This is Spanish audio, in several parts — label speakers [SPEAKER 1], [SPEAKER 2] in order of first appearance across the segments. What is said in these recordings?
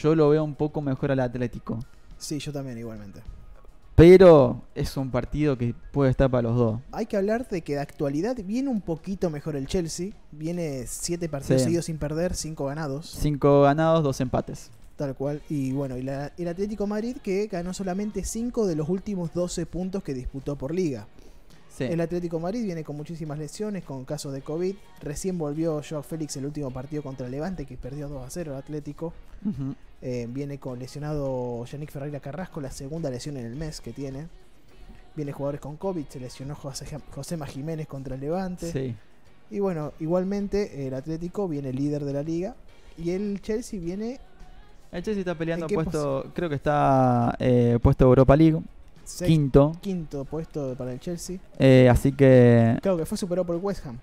[SPEAKER 1] yo lo veo un poco mejor al Atlético.
[SPEAKER 2] Sí, yo también, igualmente.
[SPEAKER 1] Pero es un partido que puede estar para los dos.
[SPEAKER 2] Hay que hablar de que de actualidad viene un poquito mejor el Chelsea. Viene siete partidos
[SPEAKER 1] Sí.
[SPEAKER 2] seguidos sin perder, cinco ganados.
[SPEAKER 1] Cinco ganados, dos empates.
[SPEAKER 2] Tal cual. Y bueno, y la- el Atlético Madrid que ganó solamente 5 de los últimos 12 puntos que disputó por liga.
[SPEAKER 1] Sí.
[SPEAKER 2] El Atlético Madrid viene con muchísimas lesiones, con casos de COVID. Recién volvió Joao Félix el último partido contra el Levante que perdió 2 a 0 el Atlético.
[SPEAKER 1] Ujú.
[SPEAKER 2] Eh, viene con lesionado Yannick Ferreira Carrasco, la segunda lesión en el mes que tiene. Viene jugadores con COVID, se lesionó José, Josema Jiménez contra el Levante.
[SPEAKER 1] Sí.
[SPEAKER 2] Y bueno, igualmente el Atlético viene líder de la liga. Y el Chelsea viene
[SPEAKER 1] El Chelsea está peleando
[SPEAKER 2] ¿En qué
[SPEAKER 1] puesto, creo que está eh, puesto Europa League,
[SPEAKER 2] sec-
[SPEAKER 1] quinto.
[SPEAKER 2] quinto puesto para el Chelsea.
[SPEAKER 1] Eh, así que
[SPEAKER 2] Claro que fue superado por el West Ham.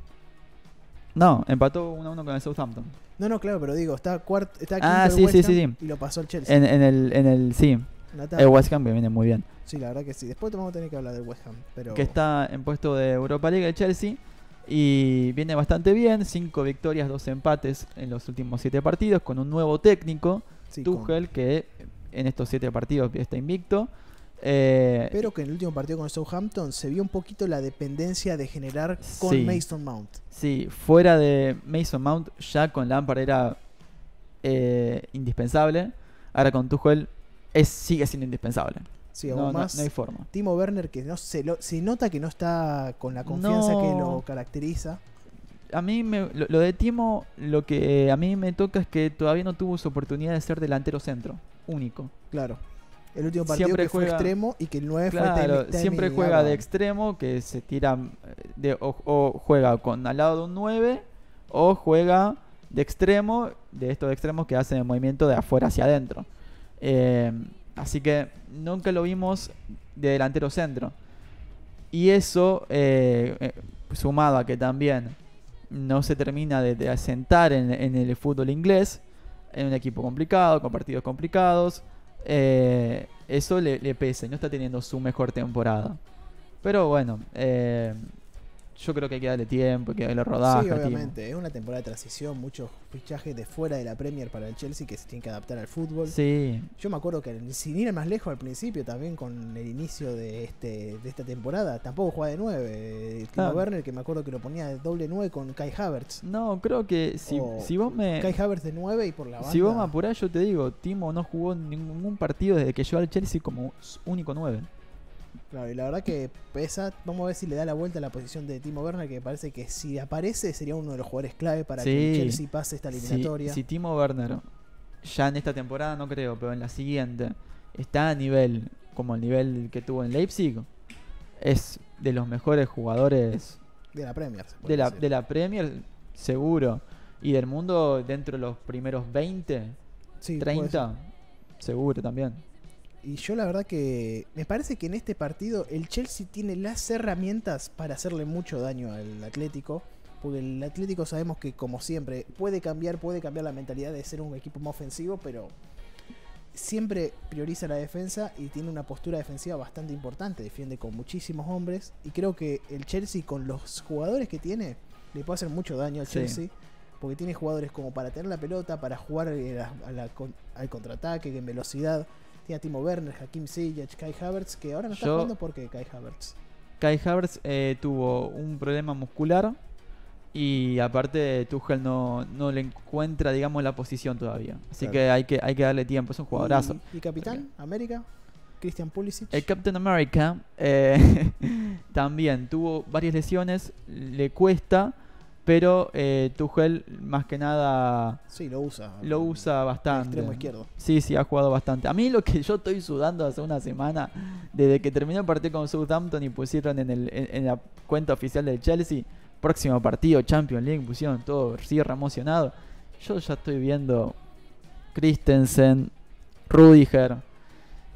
[SPEAKER 1] no, empató 1 1 con el Southampton.
[SPEAKER 2] No, no, claro, pero digo, está cuarto, está quinto
[SPEAKER 1] Ah,
[SPEAKER 2] el
[SPEAKER 1] sí,
[SPEAKER 2] West
[SPEAKER 1] sí, sí,
[SPEAKER 2] Ham y lo pasó el Chelsea.
[SPEAKER 1] En, en el en el sí,
[SPEAKER 2] No está-
[SPEAKER 1] el West Ham que viene muy bien.
[SPEAKER 2] Sí, la verdad que sí. Después te vamos a tener que hablar del West Ham, pero
[SPEAKER 1] Que está en puesto de Europa League el Chelsea y viene bastante bien, cinco victorias, dos empates en los últimos siete partidos con un nuevo técnico,
[SPEAKER 2] sí, con-
[SPEAKER 1] Tuchel, que en estos siete partidos está invicto. Eh,
[SPEAKER 2] pero que en el último partido con el Southampton se vio un poquito la dependencia de generar con
[SPEAKER 1] Sí.
[SPEAKER 2] Mason Mount.
[SPEAKER 1] Sí, fuera de Mason Mount, ya con Lampard era eh, indispensable. Ahora con Tuchel es, sigue siendo indispensable.
[SPEAKER 2] Sí,
[SPEAKER 1] no,
[SPEAKER 2] aún
[SPEAKER 1] no-
[SPEAKER 2] más.
[SPEAKER 1] no hay forma.
[SPEAKER 2] Timo Werner que no se, lo- se nota que no está con la confianza
[SPEAKER 1] No.
[SPEAKER 2] que lo caracteriza.
[SPEAKER 1] A mí me- lo, lo de Timo, lo que a mí me toca es que todavía no tuvo su oportunidad de ser delantero centro, único.
[SPEAKER 2] Claro. El último partido
[SPEAKER 1] Siempre
[SPEAKER 2] que fue
[SPEAKER 1] juega-
[SPEAKER 2] extremo y que el 9 fue
[SPEAKER 1] Claro,
[SPEAKER 2] Tammy- Tammy
[SPEAKER 1] siempre juega de
[SPEAKER 2] Abraham.
[SPEAKER 1] extremo, que se tira eh, de, o, o juega con al lado de un 9 o juega de extremo, de estos extremos que hacen el movimiento de afuera hacia adentro. Eh, así que nunca lo vimos de delantero centro. Y eso, eh, eh, sumado a que también no se termina de, de asentar en, en el fútbol inglés, en un equipo complicado, con partidos complicados, eh, eso le, le pesa y no está teniendo su mejor temporada. Pero bueno, eh, yo creo que hay que darle tiempo, hay que darle rodaje.
[SPEAKER 2] Sí,
[SPEAKER 1] al tipo.
[SPEAKER 2] obviamente. Es una temporada de transición, muchos fichajes de fuera de la Premier para el Chelsea que se tienen que adaptar al fútbol.
[SPEAKER 1] Sí,
[SPEAKER 2] Yo me acuerdo que el- sin ir más lejos al principio, también con el inicio de este de esta temporada, tampoco jugaba de 9. Timo
[SPEAKER 1] Claro.
[SPEAKER 2] Werner, que me acuerdo que lo ponía de doble 9 con Kai Havertz.
[SPEAKER 1] no, creo que si,
[SPEAKER 2] O
[SPEAKER 1] si vos me...
[SPEAKER 2] Kai Havertz de 9 y por Oh, la banda.
[SPEAKER 1] Eh. Si vos me apurás, yo te digo, Timo no jugó ningún partido desde que llegó al Chelsea como s- único 9.
[SPEAKER 2] Claro, y la verdad que pesa. Vamos a ver si le da la vuelta a la posición de Timo Werner, que parece que si aparece sería uno de los jugadores clave para que el
[SPEAKER 1] Sí.
[SPEAKER 2] Chelsea pase esta
[SPEAKER 1] Si,
[SPEAKER 2] eliminatoria.
[SPEAKER 1] si Timo Werner, ya en esta temporada no creo, pero en la siguiente, está a nivel como el nivel que tuvo en Leipzig, es de los mejores jugadores
[SPEAKER 2] de la Premier. se puede
[SPEAKER 1] de la,
[SPEAKER 2] decir.
[SPEAKER 1] de la Premier, seguro. Y del mundo, dentro de los primeros 20,
[SPEAKER 2] Sí, puede ser.
[SPEAKER 1] 30, seguro también.
[SPEAKER 2] Y yo la verdad que me parece que en este partido el Chelsea tiene las herramientas para hacerle mucho daño al Atlético. Porque el Atlético sabemos que como siempre puede cambiar, puede cambiar la mentalidad de ser un equipo más ofensivo, pero siempre prioriza la defensa y tiene una postura defensiva bastante importante. Defiende con muchísimos hombres y creo que el Chelsea con los jugadores que tiene le puede hacer mucho daño al
[SPEAKER 1] Sí.
[SPEAKER 2] Chelsea. Porque tiene jugadores como para tener la pelota, para jugar eh, a- a la con- al contraataque, en velocidad. Tiene a Timo Werner, Hakim Ziyech, Kai Havertz, que ahora no está
[SPEAKER 1] Yo-
[SPEAKER 2] jugando porque Kai Havertz.
[SPEAKER 1] Kai Havertz eh, tuvo un problema muscular y aparte Tuchel no, no le encuentra, digamos, la posición todavía. Así
[SPEAKER 2] Claro.
[SPEAKER 1] que hay que hay que darle tiempo, es un jugadorazo.
[SPEAKER 2] Y, y capitán, América, Christian Pulisic.
[SPEAKER 1] El Captain America eh, también tuvo varias lesiones, le cuesta, pero eh, Tuchel más que nada
[SPEAKER 2] sí, lo usa.
[SPEAKER 1] lo usa
[SPEAKER 2] al
[SPEAKER 1] bastante.
[SPEAKER 2] Extremo izquierdo.
[SPEAKER 1] Sí, sí, ha jugado bastante. A mí lo que yo estoy sudando hace una semana, desde que terminó el partido con Southampton y pusieron en, el- en- en la cuenta oficial del Chelsea, próximo partido, Champions League, pusieron todo, cierra emocionado. Yo ya estoy viendo Christensen, Rudiger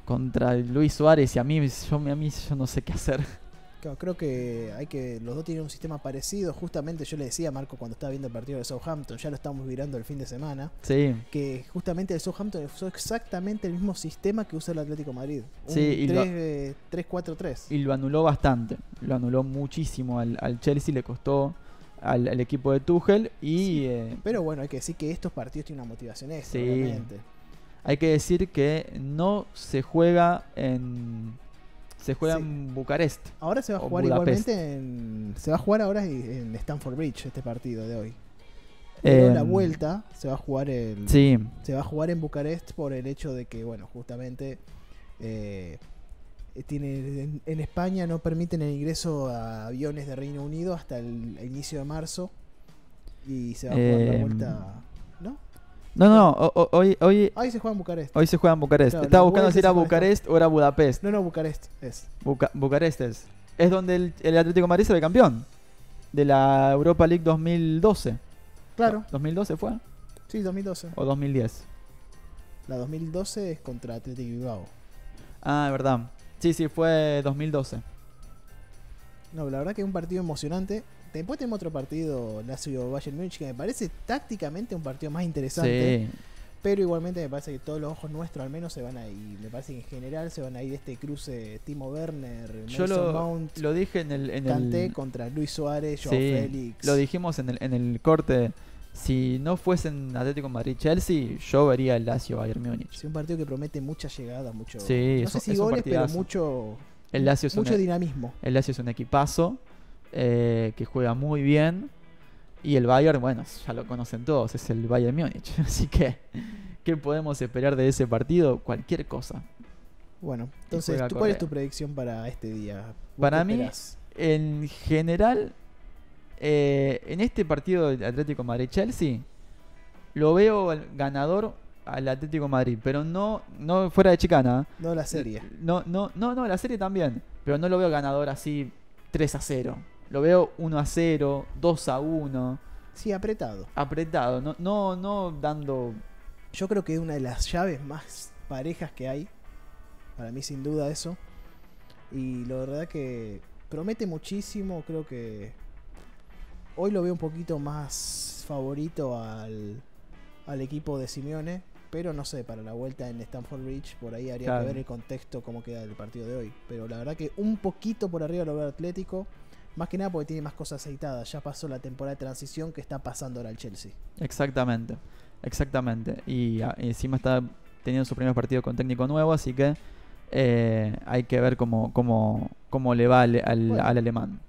[SPEAKER 1] contra Luis Suárez y a mí yo, a mí, yo no sé qué hacer.
[SPEAKER 2] Claro, creo que hay que los dos tienen un sistema parecido. Justamente yo le decía a Marco cuando estaba viendo el partido de Southampton, ya lo estamos mirando el fin de semana,
[SPEAKER 1] Sí,
[SPEAKER 2] que justamente el Southampton usó exactamente el mismo sistema que usa el Atlético de Madrid. Un
[SPEAKER 1] Sí, y lo-
[SPEAKER 2] 3, eh, 3-4-3.
[SPEAKER 1] y lo anuló bastante, lo anuló muchísimo al, al Chelsea, le costó al, al equipo de Tuchel y... eh,
[SPEAKER 2] Pero bueno, hay que decir que estos partidos tienen una motivación extra,
[SPEAKER 1] Sí.
[SPEAKER 2] obviamente.
[SPEAKER 1] Hay que decir que no se juega en. Se juega
[SPEAKER 2] Sí.
[SPEAKER 1] en Bucarest.
[SPEAKER 2] Ahora se va a
[SPEAKER 1] O
[SPEAKER 2] jugar
[SPEAKER 1] Budapest.
[SPEAKER 2] igualmente en. Se va a jugar ahora en Stanford Bridge este partido de hoy. Pero la
[SPEAKER 1] Em,
[SPEAKER 2] vuelta se va a jugar en.
[SPEAKER 1] Sí,
[SPEAKER 2] Se va a jugar en Bucarest por el hecho de que, bueno, justamente. eh, tiene, en, en España no permiten el ingreso a aviones de Reino Unido hasta el, el inicio de marzo. Y se va a jugar la
[SPEAKER 1] Em,
[SPEAKER 2] vuelta. ¿No?
[SPEAKER 1] No, no, o- o- hoy, hoy,
[SPEAKER 2] Ahí se juega en Bucarest.
[SPEAKER 1] hoy se juega en Bucarest.
[SPEAKER 2] Claro,
[SPEAKER 1] Estaba
[SPEAKER 2] la
[SPEAKER 1] buscando
[SPEAKER 2] vuelta
[SPEAKER 1] si era
[SPEAKER 2] se juega en
[SPEAKER 1] Bucarest o era Budapest.
[SPEAKER 2] No, no, Bucarest es.
[SPEAKER 1] Buca- Bucarest es. Es donde el, el Atlético de Madrid se ve campeón. De la Europa League 2012.
[SPEAKER 2] Claro,
[SPEAKER 1] ¿2012 fue?
[SPEAKER 2] sí, 2012.
[SPEAKER 1] ¿O 2010?
[SPEAKER 2] La 2012 es contra Atlético Bilbao.
[SPEAKER 1] Ah, es verdad. Sí, sí, fue 2012.
[SPEAKER 2] No, la verdad que es un partido emocionante. Después tenemos otro partido, Lazio Bayern Múnich, que me parece tácticamente un partido más interesante.
[SPEAKER 1] Sí.
[SPEAKER 2] Pero igualmente me parece que todos los ojos nuestros al menos se van a ir. Me parece que en general se van a ir este cruce Timo Werner,
[SPEAKER 1] Yo
[SPEAKER 2] Mason
[SPEAKER 1] lo,
[SPEAKER 2] Mount,
[SPEAKER 1] lo dije en el... En el-
[SPEAKER 2] Kanté contra Luis Suárez, Joao
[SPEAKER 1] Sí,
[SPEAKER 2] Félix.
[SPEAKER 1] Lo dijimos en el, en el corte. Si no fuesen Atlético de Madrid-Chelsea, yo vería el Lazio Bayern Múnich.
[SPEAKER 2] Sí, un partido que promete mucha llegada, mucho...
[SPEAKER 1] Sí,
[SPEAKER 2] no
[SPEAKER 1] es
[SPEAKER 2] sé
[SPEAKER 1] un-
[SPEAKER 2] si
[SPEAKER 1] es un
[SPEAKER 2] goles, pero
[SPEAKER 1] partidazo.
[SPEAKER 2] mucho,
[SPEAKER 1] El Lazio es un- e-
[SPEAKER 2] mucho dinamismo.
[SPEAKER 1] El Lazio es un equipazo eh, que juega muy bien. Y el Bayern, bueno, ya lo conocen todos, es el Bayern Múnich. Así que, ¿qué podemos esperar de ese partido? Cualquier cosa.
[SPEAKER 2] Bueno, entonces,
[SPEAKER 1] juega
[SPEAKER 2] ¿tú- ¿cuál es
[SPEAKER 1] Correa.
[SPEAKER 2] tu predicción para este día? ¿Vos
[SPEAKER 1] Para
[SPEAKER 2] qué
[SPEAKER 1] mí,
[SPEAKER 2] esperás?
[SPEAKER 1] En general, eh, en este partido del Atlético Madrid-Chelsea, lo veo al ganador al Atlético Madrid, pero no, no fuera de chicana. ¿eh?
[SPEAKER 2] No la serie.
[SPEAKER 1] No, no, no, no, la serie también. Pero no lo veo ganador así 3 a 0. Lo veo 1 a 0, 2 a 1.
[SPEAKER 2] Sí, apretado.
[SPEAKER 1] apretado, no, no, no dando.
[SPEAKER 2] Yo creo que es una de las llaves más parejas que hay. Para mí, sin duda, eso. Y la verdad que promete muchísimo. Creo que hoy lo veo un poquito más favorito al, al equipo de Simeone. Pero no sé, para la vuelta en Stamford Bridge, por ahí haría
[SPEAKER 1] Claro.
[SPEAKER 2] que ver el contexto, cómo queda el partido de hoy. Pero la verdad que un poquito por arriba lo veo Atlético. Más que nada porque tiene más cosas aceitadas. Ya pasó la temporada de transición que está pasando ahora el Chelsea.
[SPEAKER 1] Exactamente, exactamente. Y a- encima está teniendo su primer partido con técnico nuevo, así que eh, hay que ver cómo, cómo, cómo le va al, al-
[SPEAKER 2] Bueno.
[SPEAKER 1] al alemán.